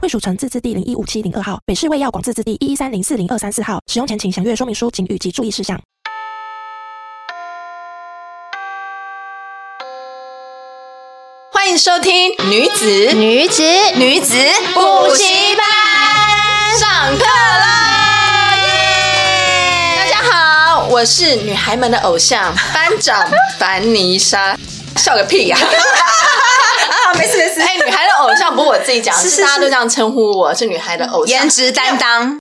惠蜀城自治地零一五七零二号，北市卫药广自治地一一三零四零二三四号。使用前请详阅说明书、警语及注意事项。欢迎收听女子女子女子补习班上课啦！耶！大家好，我是女孩们的偶像班长凡妮莎，笑个 屁呀、啊！没事没事，哎，女孩的偶像不是我自己讲，是大家都这样称呼我，是女孩的偶像，颜值担当，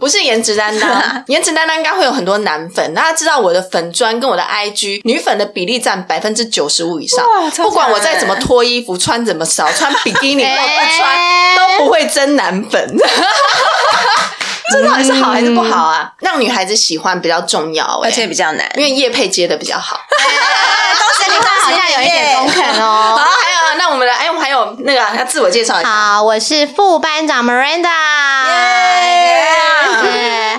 不是颜值担 当，颜值担当应该会有很多男粉。大家知道我的粉砖跟我的 IG 女粉的比例占百分之九十五以上，不管我再怎么脱衣服、穿怎么少、穿比基 尼都不哎穿，都不会争男粉。 这到底是好还是不好啊？让女孩子喜欢比较重要、欸，嗯而且比较难。因为叶配接的比较好。恭喜你，恭喜你，有一点中肯好，哦。还有那我们的哎，我们还有那个要自我介绍一下。好，我是副班长 Miranda。耶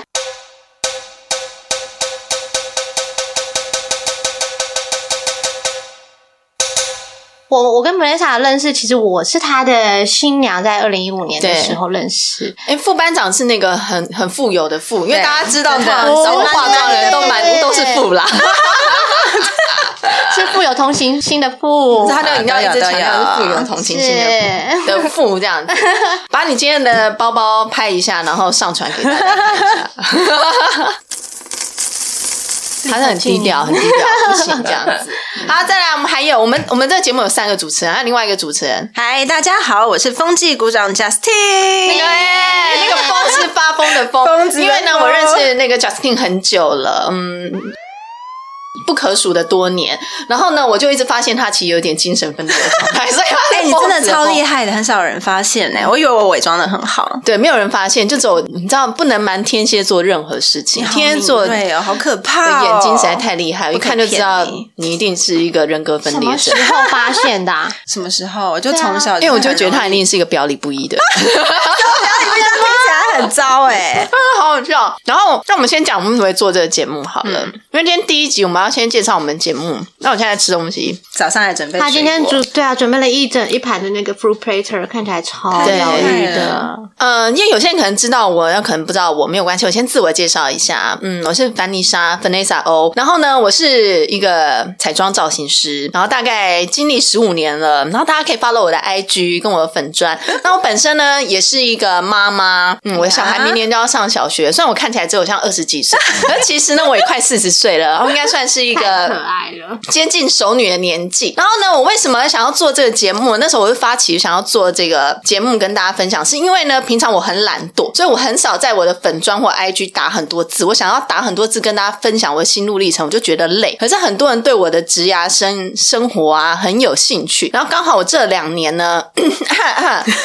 我我跟 Melissa 认识，其实我是她的新娘，在二零一五年的对时候认识。哎、副班长是那个很很富有的富，因为对大家知道，真通的常哦少化妆的人都蛮对都是富啦。是富有同行心的富，他的饮料一直强调是富都有有同情心的是的富这 样子，把你今天的包包拍一下，然后上传给大家看一下。 还是很低调，很低调，不行这样子。 好，再来，我们还有我们我们这个节目有三个主持人，还有另外一个主持人，嗨，大家好，我是风纪股长 Justin。对，那个风是发疯的疯，疯子的因为呢，疯我认识那个 Justin 很久了，嗯。不可数的多年，然后呢，我就一直发现他其实有点精神分裂的状态，所以他哎、是你真的疯子超疯厉害的，很少有人发现呢、我以为我伪装的很好，对，没有人发现，就走，你知道不能瞒天蝎座任何事情。天蝎座对的哦，好可怕、哦！眼睛实在太厉害，我一不可看就知道骗你你一定是一个人格分什裂么时症。候发现的啊？什么时啊候？我就从小因为我就觉得他很一容易定是一个表里不一的，听起来很糟哎、 好好笑。然后，那我们先讲我们怎么会做这个节目好了，嗯因为今天第一集我们要先介绍我们节目。那我现在吃东西， 早上来准备水果，他今天煮对啊，准备了一整一盘的那个 fruit platter，看起来超对疗愈的。嗯、因为有些人可能知道我，那可能不知道我，没有关系，我先自我介绍一下。嗯，我是凡妮莎 （Vanessa O），然后呢，我是一个彩妆造型师，然后大概经历十五年了。然后大家可以 follow 我的 IG 跟我的粉砖。那我本身呢，也是一个妈妈，嗯，我的小孩明年就要上小学，虽然我看起来只有像二十几岁，可是其实呢，我也快四十岁了，然后应该算是一太可 个 爱了，接近熟女的年纪。然后呢，我为什么想要做这个节目？那时候我就发起想要做这个节目跟大家分享，是因为呢，平常我很懒惰，所以我很少在我的粉砖或 IG 打很多字。我想要打很多字跟大家分享我的心路历程，我就觉得累。可是很多人对我的职涯生生活啊很有兴趣，然后刚好我这两年呢，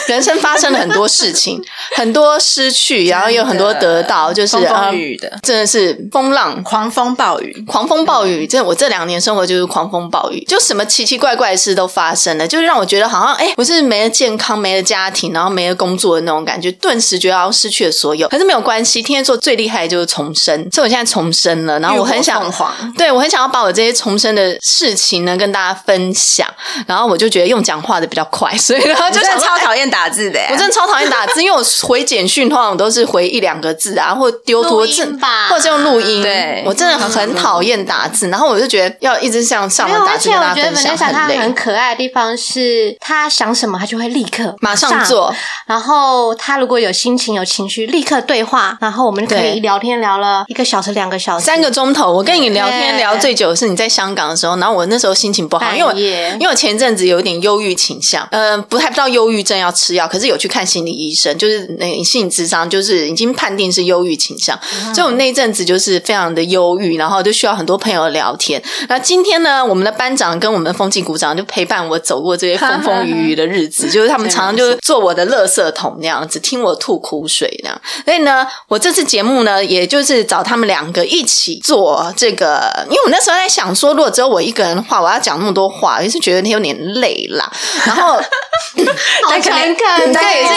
人生发生了很多事情，很多失去，然后也有很多得到，就是风呃风雨雨的真的是风浪狂风暴雨，狂风暴雨，这我这两年生活就是狂风暴雨，就什么奇奇怪怪的事都发生了，就是让我觉得好像哎、我是没了健康，没了家庭，然后没了工作的那种感觉，顿时觉得好像失去了所有。可是没有关系，天蝎座最厉害的就是重生，所以我现在重生了，然后我很浴火想凤。凰，对，我很想要把我这些重生的事情呢跟大家分享，然后我就觉得用讲话的比较快，所以然后我就真的想说超讨厌打字的、欸，我真的超讨厌打字，因为我回简讯通常我都是回一两个字啊，或丢多字录音吧或者用录音。对我真的很讨厌打字，然后我就觉得要一直向上没的有，打而字且跟我大觉家得分享 Vanessa 她累很。可爱的地方是，她想什么她就会立刻马上做，然后她如果有心情有情绪，立刻对话，然后我们就可对以聊天聊了一个小时两个小时，三个钟头，我跟你聊天对聊最久的是你在香港的时候，然后我那时候心情不好，因为我半夜因为我前阵子有呃点忧郁倾向，嗯、不太不知道忧郁症要吃药，可是有去看心理医生，就是那个性质时常就是已经判定是忧郁倾向，嗯所以我那一阵子就是非常的忧郁，然后就需要很多朋友聊天。 那今天呢，我们的班长跟我们的风纪股长就陪伴我走过这些风风雨雨的日子，就是他们常常就是做我的垃圾桶那样子，听我吐苦水那样。所以呢，我这次节目呢，也就是找他们两个一起做这个，因为我那时候在想说，如果只有我一个人的话，我要讲那么多话，也是觉得有点累啦。然后好 诚恳，对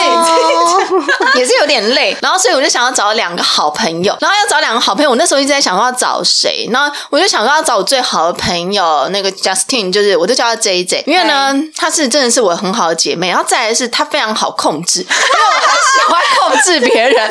也是有点累，然后所以我就想要找两个好朋友，然后要找两个好朋友，我那时候一直在想说要找谁，然后我就想说要找我最好的朋友那个 Justin，就是我就叫他 J J，因为呢，她是真的是我很好的姐妹，然后再来是她非常好控制，因 为我很喜欢控制别人，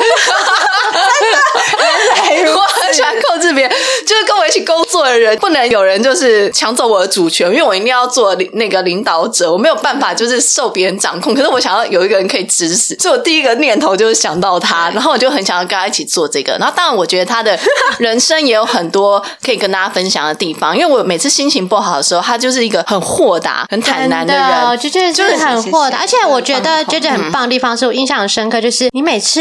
我很喜欢控制别人，就是跟我一起工作的人，不能有人就是抢走我的主权，因为我一定要做领那个领导者，我没有办法就是受别人掌控。可是我想要有一个人可以指使，所以我第一个念头就是想到他，然后我就很想要跟他一起做这个。然后当然，我觉得他的人生也有很多可以跟大家分享的地方，因为我每次心情不好的时候，他就是一个很豁达、很坦然的人。就真的就是是很豁达。而且我觉得很棒 j j 很棒的地方是我印象很深刻，就是你每次。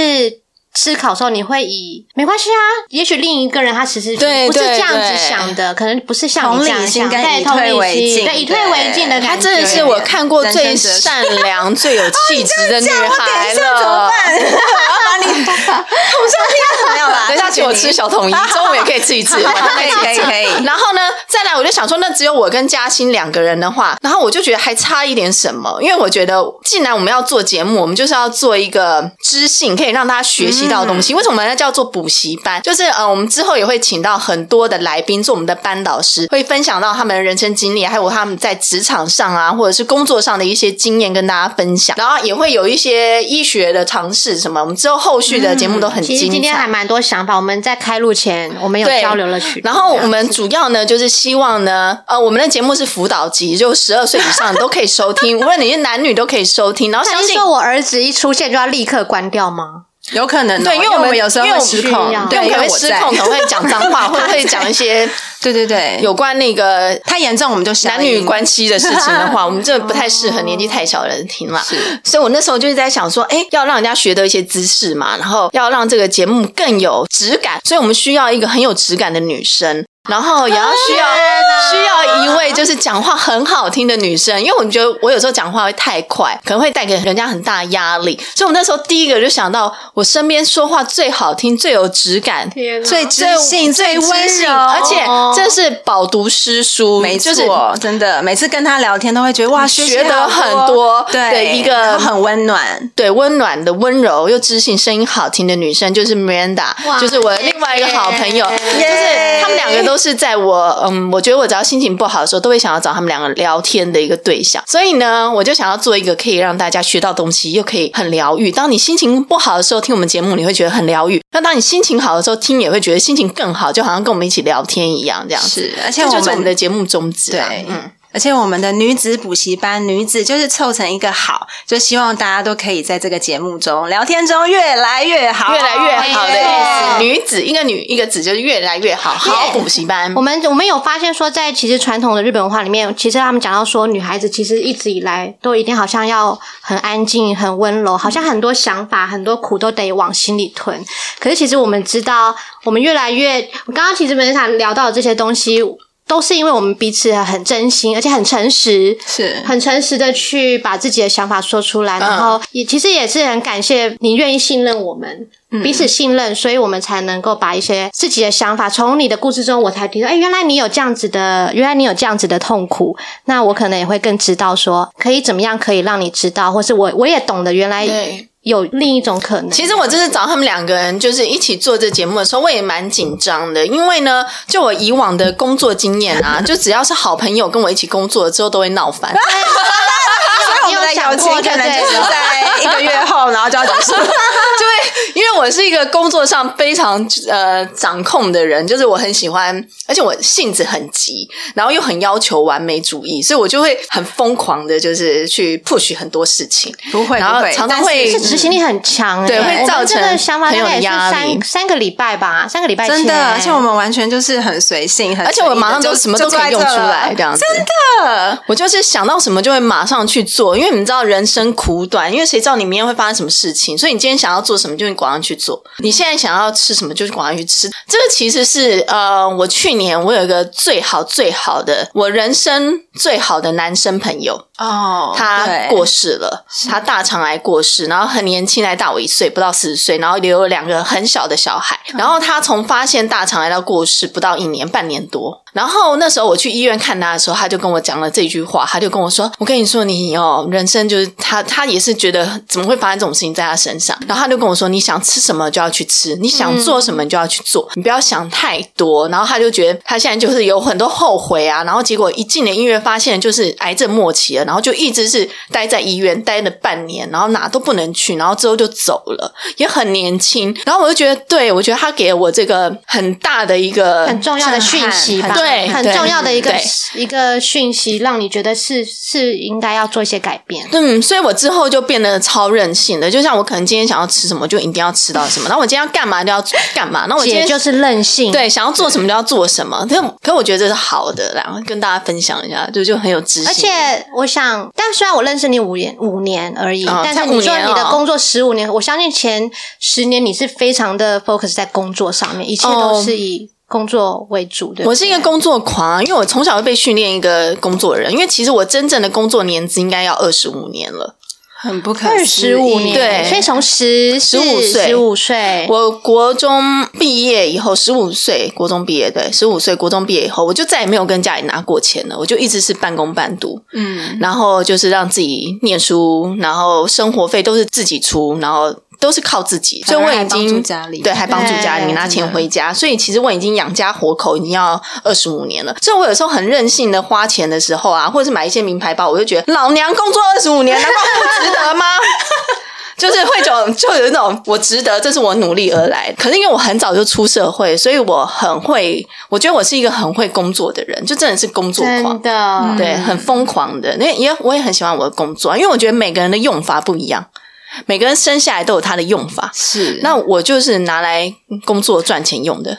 吃烤的时候，你会以没关系啊，也许另一个人他其实对不是对这样对子想的，可能不是像你这样同理心想，跟对以同退为理心，进对以退为进的对感觉。她真的是我看过最善 良、最有气质的女孩了。 我要把你捅上天，没有啦，等一下请我吃小统一，中午也可以吃 一 次。可以可以可以。然后呢，再来我就想说，那只有我跟嘉欣两个人的话，然后我就觉得还差一点什么，因为我觉得既然我们要做节目，我们就是要做一个知性，可以让大家学习到的东西。嗯为什么我们要叫做补习班？就是呃，我们之后也会请到很多的来宾做我们的班导师，会分享到他们的人生经历，还有他们在职场上啊，或者是工作上的一些经验跟大家分享。然后也会有一些医学的尝试什么，我们之后后续嗯的节目都很精其彩。实今天还蛮多想法，我们在开录前我们有对交流了许多。然后我们主要呢，就是希望呢，呃，我们的节目是辅导级，就十二岁以上都可以收 听，无论你是男女都可以收听。然后那相你信说我儿子一出现就要立刻关掉吗？有可能哦、对因为为我们们有时候因为会我们失需要控，对，对，我因可能为会我失在控，可能会讲脏话，或者会讲一些 对对对，有关那个太严重我们就消音男女关系的事情的 话，我们这不太适合年纪太小的人听啦。所以我那时候就是在想说，哎，要让人家学的一些知识嘛，然后要让这个节目更有质感，所以我们需要一个很有质感的女生。然后也要需 要需要一位就是讲话很好听的女生，因为我觉得我有时候讲话会太快，可能会带给人家很大压力。所以我那时候第一个就想到，我身边说话最好听、最有质感、天最知性、最温知性柔，而且这是饱读诗书，没就错，是真的，每次跟他聊天都会觉得哇，学学习得好很多对对一个然后很温暖。对温暖的、温柔又知性、声音好听的女生，就是 Miranda，哇就是我另外一个好朋友，耶就是他们两个都是在我嗯，我觉得我只要心情不好的时候，都会想要找他们两个聊天的一个对象。所以呢，我就想要做一个可以让大家学到东西，又可以很疗愈。当你心情不好的时候听我们节目，你会觉得很疗愈；那当你心情好的时候听，也会觉得心情更好，就好像跟我们一起聊天一样，这样子。是而且这就我是我们们的节目宗旨、啊。对，而且我们的女子补习班，女子就是凑成一个好，就希望大家都可以在这个节目中、聊天中越来越哦好，越来越好的意思，对女子一个女一个子就是越来越好，好补习班我。们我们有发现说，在其实传统的日本文化里面，其实他们讲到说，女孩子其实一直以来都一定好像要很安静、很温柔，好像很多想法、很多苦都得往心里吞。可是其实我们知道，我们越来越，我刚刚其实本想聊到的这些东西。都是因为我们彼此很真心，而且很诚实，是 很诚实的去把自己的想法说出来，然嗯后也其实也是很感谢你愿意信任我们，嗯彼此信任，所以我们才能够把一些自己的想法从你的故事中，我才听到，哎，原来你有这样子的，原来你有这样子的痛苦，那我可能也会更知道说可以怎么样可以让你知道，或是我我也懂得原来对有另一种可能。其实我这次找他们两个人就是一起做这节目的时候，我也蛮紧张的，因为呢，就我以往的工作经验 啊，就只要是好朋友跟我一起工作了之后，都会闹翻。所以我们的友情可能就是在一个月后，然后就要结 束。对，因为我是一个工作上非常呃掌控的人，就是我很喜欢，而且我性子很急，然后又很要求完美主义，所以我就会很疯狂的，就是去 push 很多事情。不会，然后不会常常但是会是执行力很强、欸，对会造成我们这个想法很大有概也是压力三三个礼拜吧，三个礼拜真前的，而且我们完全就是很随性，很而且我马上就都什么都可以用出来，这样子。真的，我就是想到什么就会马上去做，因为你们知道人生苦短，因为谁知道你明天会发生什么事情，所以你今天想要做什么，就你广上去做；你现在想要吃什么，就去广上去吃。这个其实是呃，我去年我有一个最好最好的，我人生最好的男生朋友，哦，他对过世了，他大肠癌过世，然后很年轻，还大我一岁，不到四十岁，然后留了两个很小的小孩。嗯然后他从发现大肠癌到过世不到一年，半年多。然后那时候我去医院看他的时候，他就跟我讲了这句话，他就跟我说：“我跟你说，你哦，人生就是他，他也是觉得怎么会发生这种事情在他身上。”然后他就跟我说：“你想吃什么就要去吃，你想做什么你就要去做，你不要想太多。”然后他就觉得他现在就是有很多后悔啊，然后结果一进了医院，发现就是癌症末期了，然后就一直是待在医院待了半年，然后哪都不能去，然后之后就走了，也很年轻。然后我就觉得，对我觉得他给我这个很大的一个很重要的讯息吧，震撼对很对重要的一个对一个讯息，让你觉得是是应该要做一些改变。嗯，所以我之后就变得超任性的，就像我可能今天想要吃什么，就一定要吃到什么。然后我今天要干嘛就要干嘛。那我今姐天就是任性，，对想要做什么就要做什么。可可我觉得这是好的啦，然后跟大家分享一下，就就很有知识。而且我想，但虽然我认识你五年五年而已，哦但才是五你说年你的哦工作十五年，我相信前十年你是非常的 focus 在工作上面，一切哦都是以工作为主，对不对我是一个工作狂啊，因为我从小就被训练一个工作人。因为其实我真正的工作年资应该要二十五年了。很不可二思议十五年，对所以从十15岁十五岁，我国中毕业以后，十五岁国中毕业，对，十五岁国中毕业以后，我就再也没有跟家里拿过钱了，我就一直是半工半读，嗯，然后就是让自己念书，然后生活费都是自己出，然后都是靠自己，所以我还已帮经助家里对还帮助家里对拿钱真的回家，所以其实我已经养家活口已经要二十五年了。所以我有时候很任性的花钱的时候啊，或者是买一些名牌包，我就觉得老娘工作二十五年，难道不值得吗？ 就是会种就有一种我值得，这是我努力而来。可是因为我很早就出社会，所以我很会，我觉得我是一个很会工作的人，就真的是工作狂真。的，嗯对，很疯狂的。那也我也很喜欢我的工作，因为我觉得每个人的用法不一样，每个人生下来都有他的用法。是那我就是拿来工作赚钱用的。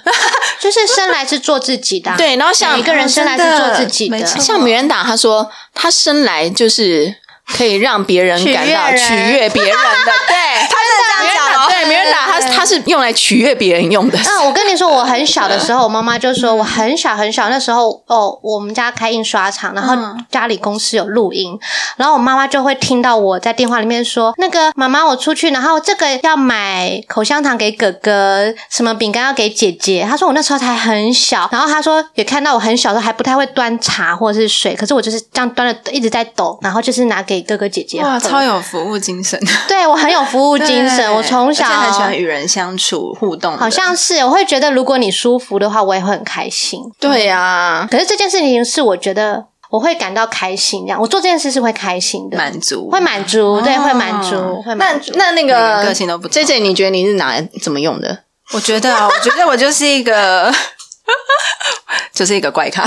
就是生来是做自己的啊、 对，然后像每个人生来是做自己真的没错像米兰达，他说他生来就是可以让别人取悦感到人取悦别人的，对。他真的这样讲哦，对，米兰达他他是用来取悦别人用的。 那我跟你说，我很小的时候，我妈妈就说我很小很小，那时候哦，我们家开印刷厂，然后嗯家里公司有录音，然后我妈妈就会听到我在电话里面说，那个妈妈我出去，然后这个要买口香糖给哥哥，什么饼干要给姐姐。她说我那时候才很小，然后她说也看到我很小的时候还不太会端茶或者是水，可是我就是这样端了一直在抖，然后就是拿给哥哥姐姐喝。哇，超有服务精神，对我很有服务精神，我从小而且很喜欢与人相处互动的，好像是，我会觉得如果你舒服的话，我也会很开心。对啊呀、可是这件事情是我觉得我会感到开心，这样我做这件事是会开心的，满足会满足，对，哦会满足，会那满足。那那每个人个个性都不同 J J，你觉得你是拿来怎么用的？我觉得啊，我觉得我就是一个， 就是一个怪咖，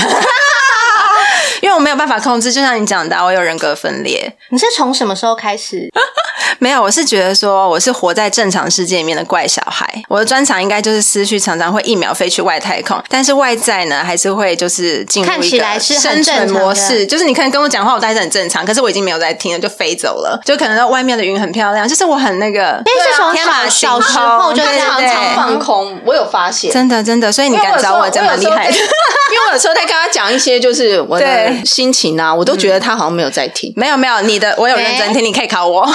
因为我没有办法控制，就像你讲的啊，我有人格分裂。你是从什么时候开始？没有，我是觉得说我是活在正常世界里面的怪小孩。我的专长应该就是思绪常常会一秒飞去外太空，但是外在呢还是会就是进入看一起个来是很生存正常模的式，就是你可能跟我讲话，我还是很正常，可是我已经没有在听了，就飞走了。就可能外面的云很漂亮，就是我很那个，哎是从天马小行小时候空就对这对样常对常放空，我有发现。真的真的，所以你因为敢有时找候我真蛮厉害我有的时。候在因 为我有时候在跟他讲一些就是我的对心情啊，我都觉得他好像没有在听，没有没有，你的我有认真听，你可以考 我。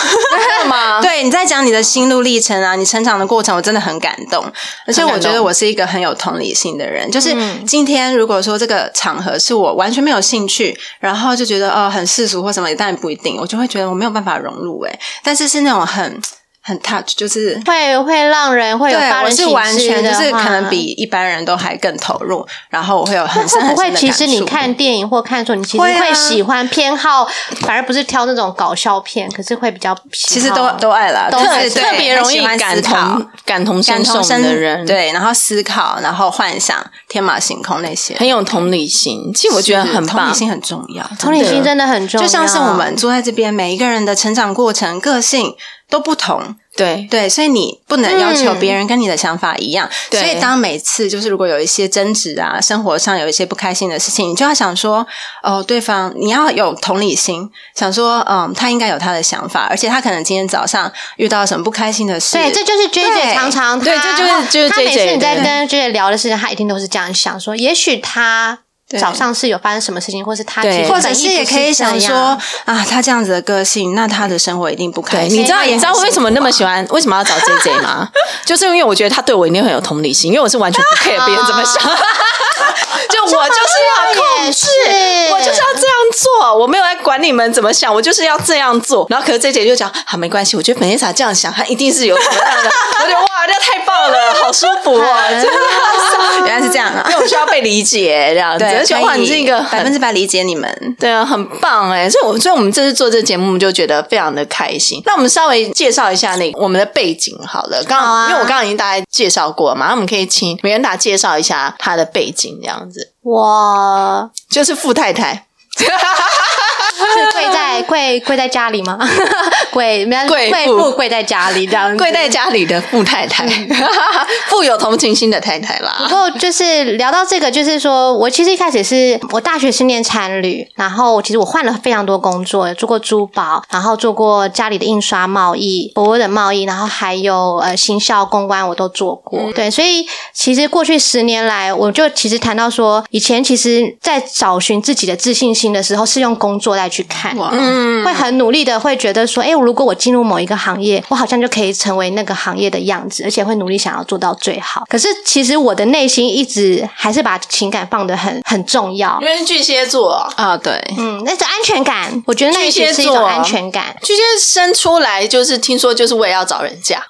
真的 吗？对，你在讲你的心路历程啊，你成长的过程，我真的很感动。而且我觉得我是一个很有同理心的嗯人，就是今天如果说这个场合是我完全没有兴趣，然后就觉得哦很世俗或什么，但不一定，我就会觉得我没有办法融入哎、但是是那种很很 touch，就是。会会让人会有对，发我人是省完思全就的是可能话比。一般人都还更投入，然后我会有很会深不很深会的其实感你触看电影或看书，你其实会啊会喜欢偏好，反而不是挑那种搞笑片，可是会比较喜其实都好都爱啦，都就爱是吃对特别容易很喜欢感思考同感同身感同受身的人，，对，然后思考，然后幻想，天马行空那些，很有同理心。其实我觉得很同理棒，心很重要，同理心真的很重要，就像是我们坐在这边，每一个人的成长过程、个性都不同，对，对，所以你不能要求别人跟你的想法一样。嗯对所以当每次就是如果有一些争执啊，生活上有一些不开心的事情，你就要想说，哦，对方你要有同理心，想说，嗯，他应该有他的想法，而且他可能今天早上遇到什么不开心的事，对，这就是 J J 对常常他对这就是就是他每 JJ 次你在对跟 J J 聊的事情，他一定都是这样想说，也许他对早上是有发生什么事情，或是他对其实或者本意是不也可以这样想说，啊，他这样子的个性，那他的生活一定不开对，心。你知道那也你知道很我为什么辛苦那么啊喜欢为什么要找 J J 吗？就是因为我觉得他对我一定很有同理心，因为我是完全不 care 别人怎么 想，就我就是要哦控制也，是我就是要这样做，我没有来管你们怎么想，我就是要这样做。然后可是 J J 就讲，好、没关系，我觉得本叶莎这样想，她一定是有什么样的， 我觉得哇，这太棒了，好舒服哦，真 的，原来是这样啊因为我需要被理解这样子，对，而且哇，可以你是一个百很分之百理解你们。对啊，很棒哎！所以我，所以我们这次做这节目，我们就觉得非常的开心。那我们稍微介绍一下那个我们的背景好了，刚好、好啊因为我刚刚已经大概介绍过了嘛，那我们可以请美人达介绍一下她的背景，这样子我就是富太太，是跪在跪跪在家里吗？ 跪没有贵妇贵妇跪在家里这样子，跪在家里的富太太，嗯 富有同情心的太太不啦。过就是聊到这个，就是说我其实一开始是我大学是念餐旅，然后其实我换了非常多工作，做过珠宝，然后做过家里的印刷贸易、博文的贸易，然后还有呃行销公关我都做过。对，所以其实过去十年来，我就其实谈到说，以前其实在找寻自己的自信心的时候，是用工作来去看。哇，会很努力的，会觉得说，哎、如果我进入某一个行业，我好像就可以成为那个行业的样子，而且会努力想要做到最好。可是其实我的内心一直还是把情感放得很很重要因。为巨蟹座，啊，对，嗯，那是安全感，我觉得那巨也蟹是一座种啊安全感，巨蟹生出来就是听说就是为了要找人嫁，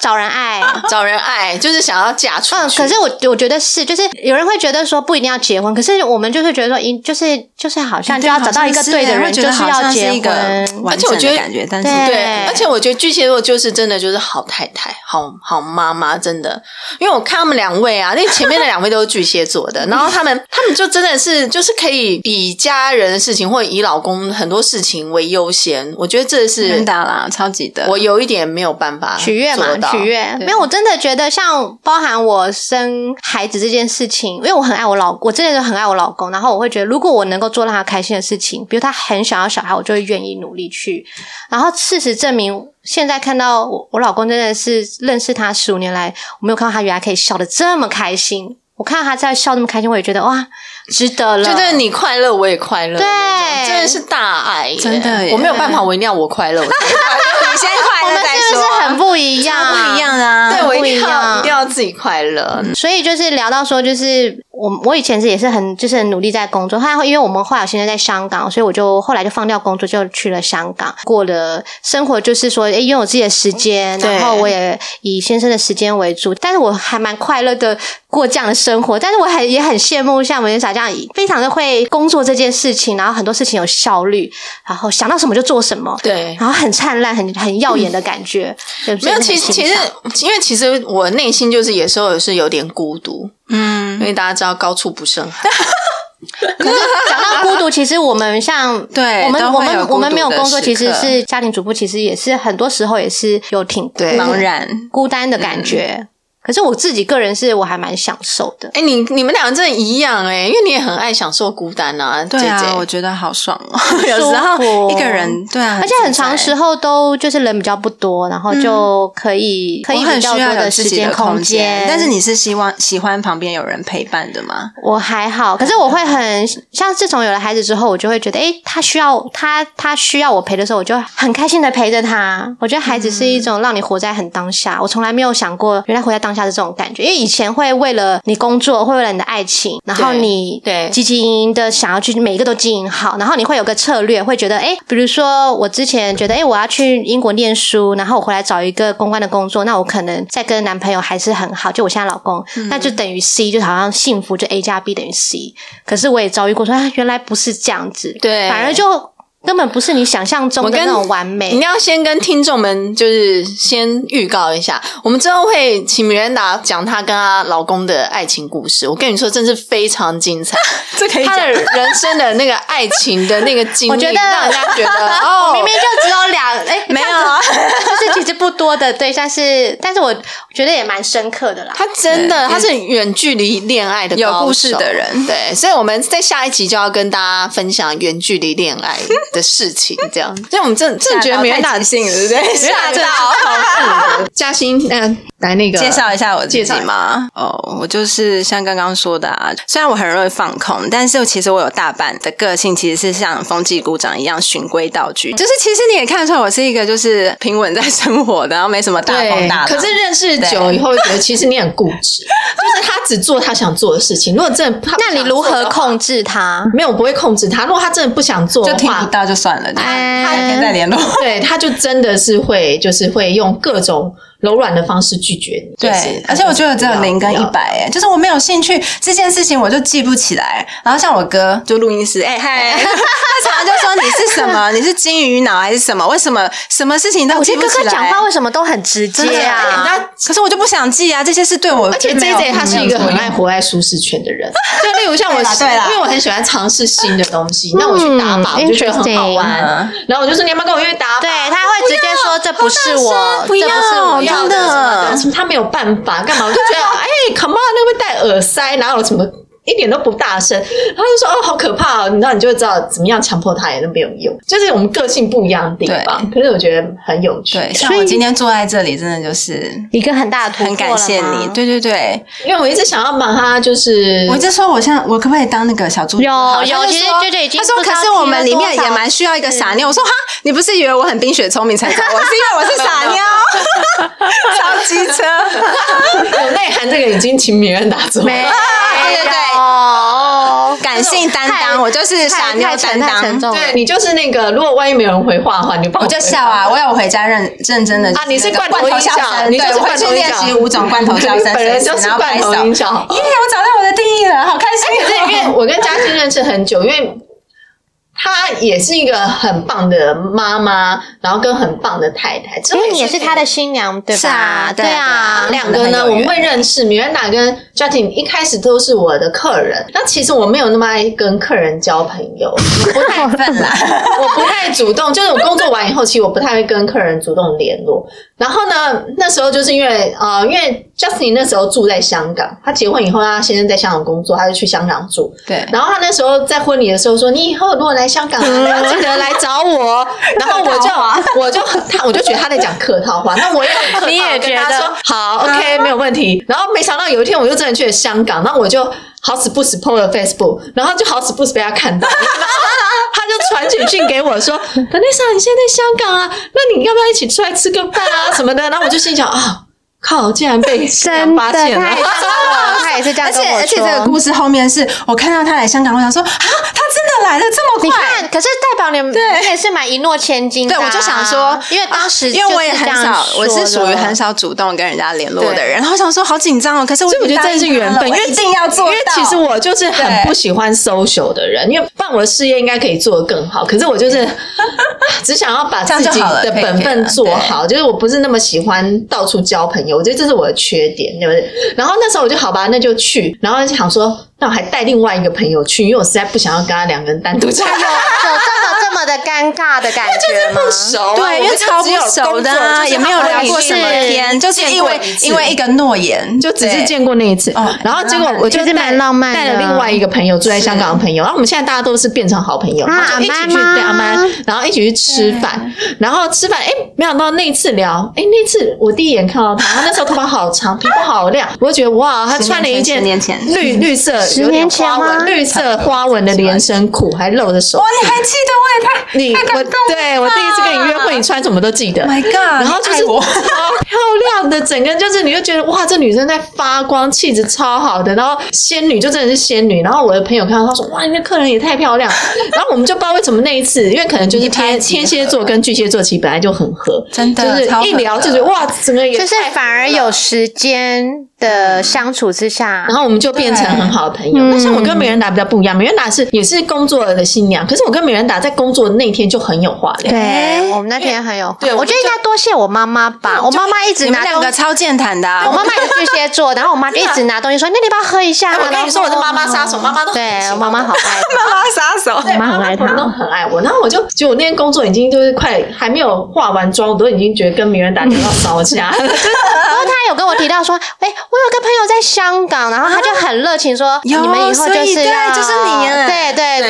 找人爱。啊找人爱，就是想要嫁出去。嗯，可是我我觉得是，就是有人会觉得说不一定要结婚，可是我们就会觉得说，一就是就是好像就要找到一个对的人，觉就得好要像结是一个婚。完而且我整觉得的感觉，但是对对，而且我觉得巨蟹座就是真的就是好太太、好好妈妈，真的。因为我看他们两位啊，那前面的两位都是巨蟹座的，然后他们他们就真的是就是可以以家人的事情或以老公很多事情为优先，我觉得这是真的啦，超级的。我有一点没有办法取悦嘛做，到取。悦。对没有，我真的觉得像包含我生孩子这件事情，因为我很爱我老，我真的是很爱我老公。然后我会觉得，如果我能够做让他开心的事情，比如他很想要小孩，我就会愿意努力去。然后事实证明，现在看到我我老公真的是认识他十五年来，我没有看到他原来可以笑得这么开心。我看到他在笑这么开心，我也觉得哇，值得了。觉得你快乐，我也快乐，那对种啊真的是大爱耶，真的耶我没有办法，我一定要我快乐，我才你先我快们乐再是不说，是很不一样？不一样的啊？对我一定不要一样一定要自己快乐，所以就是聊到说，就是我我以前是也是很就是很努力在工作，后来因为我们后来我现在在香港，所以我就后来就放掉工作，就去了香港，过了生活就是说，诶，拥有自己的时间，对然后我也以先生的时间为主，但是我还蛮快乐的过这样的生活，但是我很也很羡慕像美丽莎这样非常的会工作这件事情，然后很多事情有效率，然后想到什么就做什么，对。然后很灿烂、很很耀眼的感觉，对不嗯对？没有，真的其很实其欣实赏，因为其实我内心就是有时候也是有点孤独，因嗯，为大家知道高处不胜寒，可是讲到孤独，其实我们像对我们都我会有孤独的们我们没有工时作，刻其实是家庭主妇，其实也是很多时候也是有挺对孤茫然。孤单的感觉。嗯可是我自己个人是我还蛮享受的。哎、你你们两个真的一样哎、因为你也很爱享受孤单啊，对啊姐姐，我觉得好爽 哦。 有时候舒服一个人，对啊，而且很自在长时候都就是人比较不多，然后就可以、可以嗯我比很较需多要有时自己间的空间间。。但是你是希望喜欢旁边有人陪伴的吗？我还好，可是我会很像自从有了孩子之后，我就会觉得，诶、他需要他他需要我陪的时候，我就很开心的陪着他。我觉得孩子是一种让你活在很当下，我从来没有想过原来活在当下是这种感觉，因为以前会为了你工作，会为了你的爱情，然后对你对积极营营的想要去每一个都经营好，然后你会有个策略，会觉得，诶、比如说我之前觉得，诶、我要去英国念书，然后我回来找一个公关的工作，那我可能再跟男朋友还是很好，就我现在老公，那就等于 C，就好像幸福就 A 加 B 等于 C。可是我也遭遇过说，啊，原来不是这样子，对反而就根本不是你想象中我的跟那种完你美。要先跟听众们就是先预告一下，我们之后会请米兰达讲她跟她老公的爱情故事。我跟你说，真是非常精彩， 这可她的人生的那个爱情的 那个经历，我觉得让人家觉得我哦明，明就只有两，哎、没有啊， 就是其实不多的，对，但是但是我觉得也蛮深刻的啦。他真的，他是远距离恋爱的有高故事手的人对，所以我们在下一集就要跟大家分享远距离恋爱的事情，这 样，因为我们真的真的觉得没太大即兴了，对不对？吓到，嘉欣，嗯，来那啊个介绍一下我自介己绍一下吗？哦，我就是像刚刚说的啊，虽然我很容易放空，但是其实我有大半的个性其实是像风纪股长一样循规蹈矩，就是其实你也看得出来，我是一个就是平稳在生活的，然后没什么大风大浪。可是认识久以后，觉得其实你很固执，就是他只做他想做的事情。如果真的他不那想你如做何的话控制他？没有，我不会控制他。如果他真的不想做就的听不话，到就算了，就哎改天再联络。 对，他就真的是会，就是会用各种柔软的方式拒绝你。对就是，而且我觉得只有零跟不一要百，哎，就是我没有兴趣这件事情，我就记不起来。然后像我哥就录音师，哎嗨， 他常常就说你是什么，你是金鱼脑还是什么？为什么什么事情都我记觉得不哥起哥来？讲话为什么都很直真的接啊？哎可是我就不想记啊，这些是对我，而且 J J 他是一个很爱活在舒适圈的 人，就例如像我，对啦对啦因为我很喜欢尝试新的东西，那我去打靶，嗯我就觉得很好玩嗯 interesting。然后我就说你要不要跟我约打靶？对，他会直接说这不是我，不这要不是我不要真的什么的的，什么他没有办法干嘛？我就 觉得哎，come on，那会戴耳塞，哪有什么？一点都不大声，他就说哦，好可怕哦！你知道，你就会知道怎么样强迫他也都没有用，就是我们个性不一样的地方。可是我觉得很有趣，对，像我今天坐在这里，真的就是一个很大的突破很感谢了吗你，对对对，因为我一直想要把他就是 我就说我像我可不可以当那个小助理有就好？有他就其实说舅舅已经他说不知可道是我们里面听了多也少蛮需要一个傻妞。嗯我说哈，你不是以为我很冰雪聪明才找我，是因为我是傻 妞，超机车。有内涵，这个已经请别人打走了。没有，对对哦，感性担当，我就是傻妞太担沉太沉当。重了。对你就是那个，如果万一没有人回话的话，你就帮我我就回笑啊！我有回家认认真的啊你是罐头音效笑声，你对，就是我会罐去头音练效习五种罐头笑声， 本人就随时是然后罐拍手头音效。耶！我找到我的定义了，好开对，因心为哦！哎我跟嘉欣认识很久，因为她也是一个很棒的妈妈，然后跟很棒的太太，因为你也是他的新娘，对吧？是啊对对啊对啊啊，两个呢，我们会认识。米兰达跟 Justin 一开始都是我的客人，那其实我没有那么爱跟客人交朋友，我不 太笨啦， 我不太主动，就是我工作完以后，其实我不太会跟客人主动联络。然后呢，那时候就是因为呃，因为 Justin 那时候住在香港，他结婚以后，他先生在香港工作，他就去香港住。对然后他那时候在婚礼的时候说：“你以后如果来香港嗯啊，要记得来找我。” 然后我就 我就他我就觉得他在讲客套话，那我也很客套， 你也跟他觉得嗯说好，OK，没有问题。然后没想到有一天我就真的去了香港，然后我就好死不死 PO 了 Facebook，然后就好死不死被他看 到，然后他就传简讯给我说：“等那莎，你现在在香港啊？那你要不要一起出来吃个饭啊什么的？”然后我就心想啊。靠！竟然被新娘 真的，发他也现是了，这样跟我，他也是这样而且跟我 而且这个说。故事后面是我看到他来香港，我想说啊，他真的来的这么你快。看，可是代表你们对你也是蛮一诺千金的啊。对，我就想说，因为当时啊因为我也就是很这样少，我是说属于的很少主动跟人家联络的对人，然后我想说好紧张哦，可是我所以我觉得这已是经答缘应他了分，因为我一定要做因为到其实我就是很不喜欢 social 的人，因为不然我的事业应该可以做得更好，可是我就是 只想要把自这样己就好了的可以本分做好，就是我不是那么喜欢到处交朋友，我觉得这是我的缺点，对不对？然后那时候我就好吧，那就去，然后想说，那我还带另外一个朋友去，因为我实在不想要跟他两个人单 独交有流。有这么这么的尴尬的感觉吗？熟对，因为超不熟的啊，也没有聊过什么天，就是因为因为一个诺言，就只是对见过那一次哦，然后结果我就其实带蛮浪漫的带了另外一个朋友住在香港的朋友，然后我们现在大家都是变成好朋友，啊然后就一起去阿妈对阿妈，然后一起去吃饭，然后吃饭，哎，没想到那一次聊，哎，那次我第一眼看到他，他那时候头发好长，皮肤好亮，我就觉得哇，他穿了一件十年前十年绿绿色十有点年前花吗纹绿色花纹的连身裤，还露着手哇，。你还记得我也太你我对我第一次跟你约会，你穿什么都记得。，Oh ，My God，然后就是啊你爱我超 漂亮的，整个就是你就觉得哇，这女生在发光，气质超好的，然后仙女就真的是仙女。然后我的朋友看到她说哇，你的客人也太漂 亮。然后我们就不知道为什么那一次，因为可能就是一拍天即合天蝎座跟巨蟹座其实本来就很合，真的就是超合一聊的就觉得哇，整个也就是太合反而了嗯有时间的相处之下，然后我们就变成很好的朋友。对但是我跟美人达比较不一样，美人达是也是工作的新娘，可是我跟美人达在工工作那天就很有话聊。对，我们那天很有，对嗯我觉得应该多谢我妈妈吧。我妈妈一直你们拿两东个西，超健谈的啊、我妈妈也是巨蟹座，然后我妈就一直拿东西说：“那你要不要喝一下啊？”哎我跟你说，我然是后妈妈杀手，妈妈都很对喜我欢妈妈好爱 我，妈妈杀手，对，我妈很爱婆他都很爱我，然后我就觉得我那天工作已经就是快还没有化完妆，我都已经觉得跟名人打电话吵 架，然后她有跟我提到说：“哎，我有个朋友在香港，然后她就很热情说，你有们以后所以就是要对就是你耶对对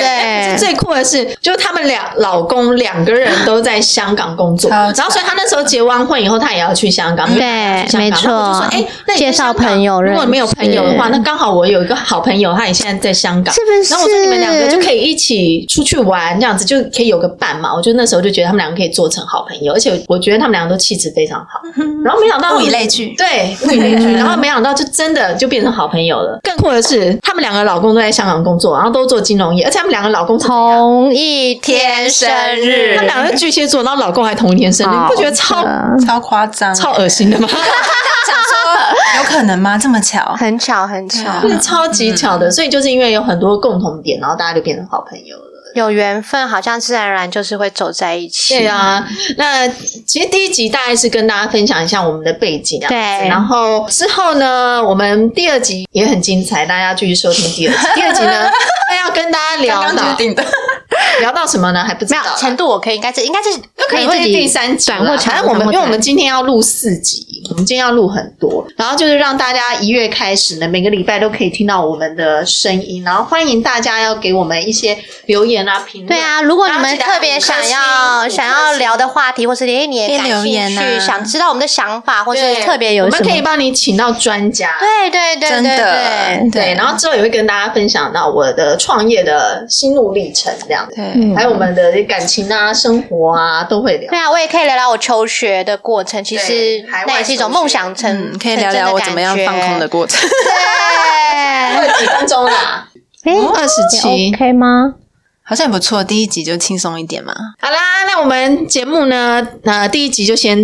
对，最酷的是，就是他们俩老公两个人都在香港工作，超然惨后所以他那时候结完婚以后，他也要去香港，因为他要去香港没错然后我就说，哎、那你在介绍香港朋友认识如果你没有朋友的话，那刚好我有一个好朋友，他也现在在香港，是不是然后我说你们两个就可以一起出去玩，这样子就可以有个伴嘛。我就那时候就觉得他们两个可以做成好朋友，而且我觉得他们两个都气质非常 好。然后没想到物以类聚对，物以类聚。然后没想到就真的就变成好朋友了。更酷的是，他们两个老公都在香港工作，然后都做金融业，而且他们两个老公是怎样同一天生日他们两个巨蟹座，然后老公还同一天生日，你不觉得超超夸张，超恶心的吗？想说有可能吗？这么巧，很巧很巧啊就，是超级巧的，所以就是因为有很多共同点，然后大家就变成好朋友了。有缘分，好像自然而然就是会走在一起。对啊，那其实第一集大概是跟大家分享一下我们的背景啊，对然后之后呢，我们第二集也很精彩，大家继续收听第二集。第二集呢，那要跟大家聊刚到决定的。聊到什么呢？还不知没道有啊。程度，我可以应该是应该是可以自这是己第三集短或了，长，反正我们短或因为我们短今天要录四集，我们今天要录很多，然后就是让大家一月开始呢，每个礼拜都可以听到我们的声音，然后欢迎大家要给我们一些留言啊、评论。对啊，如果你然后们记得特别想五要颗星想要聊的话题，或是哎你也可以感留兴言趣，啊想知道我们的想法，或五颗是星特别有我什们么可以，帮你请到专家。对啊对对对真的对，对，然后之后也会跟大家分享到我的创业的心路历程，这样子，对，还有我们的感情啊、生活啊都会聊嗯对。啊，我也可以聊聊我求学的过程，其实海外那也是一种求学梦想成嗯，，可以聊聊我怎么样放空的成过哦程。 还有几分钟啦，哦真的感觉。二十七哎。，OK 吗？好像也不错，第一集就轻松一点嘛。好啦，那我们节目呢，呃，第一集就先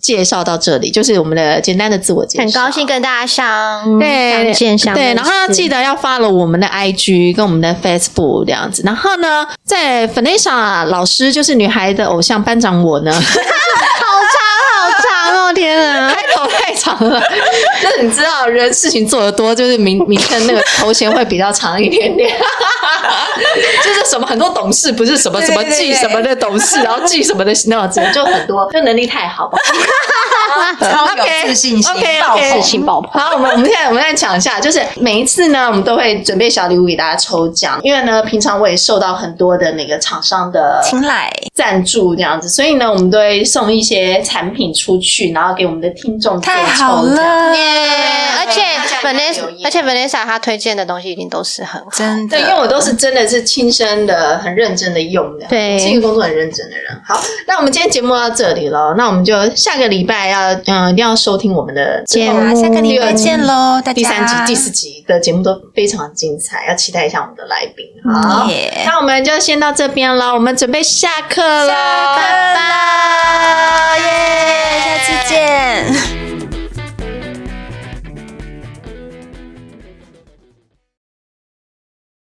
介绍到这里，就是我们的简单的自我介绍。很高兴跟大家相对相见相对，然后要认识记得要发了我们的 IG 跟我们的 Facebook 这样子。然后呢，在 Vanessa 老师就是女孩的偶像班长我呢，好 长哦，天啊！ 开头太长了。那你知道人事情做得多，就是名名称那个头衔会比较长一点点， 就是什么很多董事不是什么什么对对记对什么的董事，然后记什么的那种，就很多，就能力太好吧。超有啊 OK，自信心 OK，OK 爆自棚信爆棚。好，我们我们现在我们再讲一下，就是每一次呢，我们都会准备小礼物给大家抽奖，因为呢，平常我也受到很多的那个厂商的青睐，赞助这样子，所以呢，我们都会送一些产品出去，然后给我们的听众做太好抽奖。了，耶！而且大家一定要留 Vanessa，意而且 Vanessa 她推荐的东西一定都是很好。真的。对，因为我都是真的是亲身的、很认真的用的，对是一个工作很认真的人。好，那我们今天节目到这里了，那我们就下个礼拜要，嗯、一定要收听我们的之后节好啊目啦下个第礼拜二集见喽，大家。第三集、第四集的节目都非常精彩，要期待一下我们的来宾。好，耶那我们就先到这边了，我们准备下课喽，下课拜拜，耶，下次见。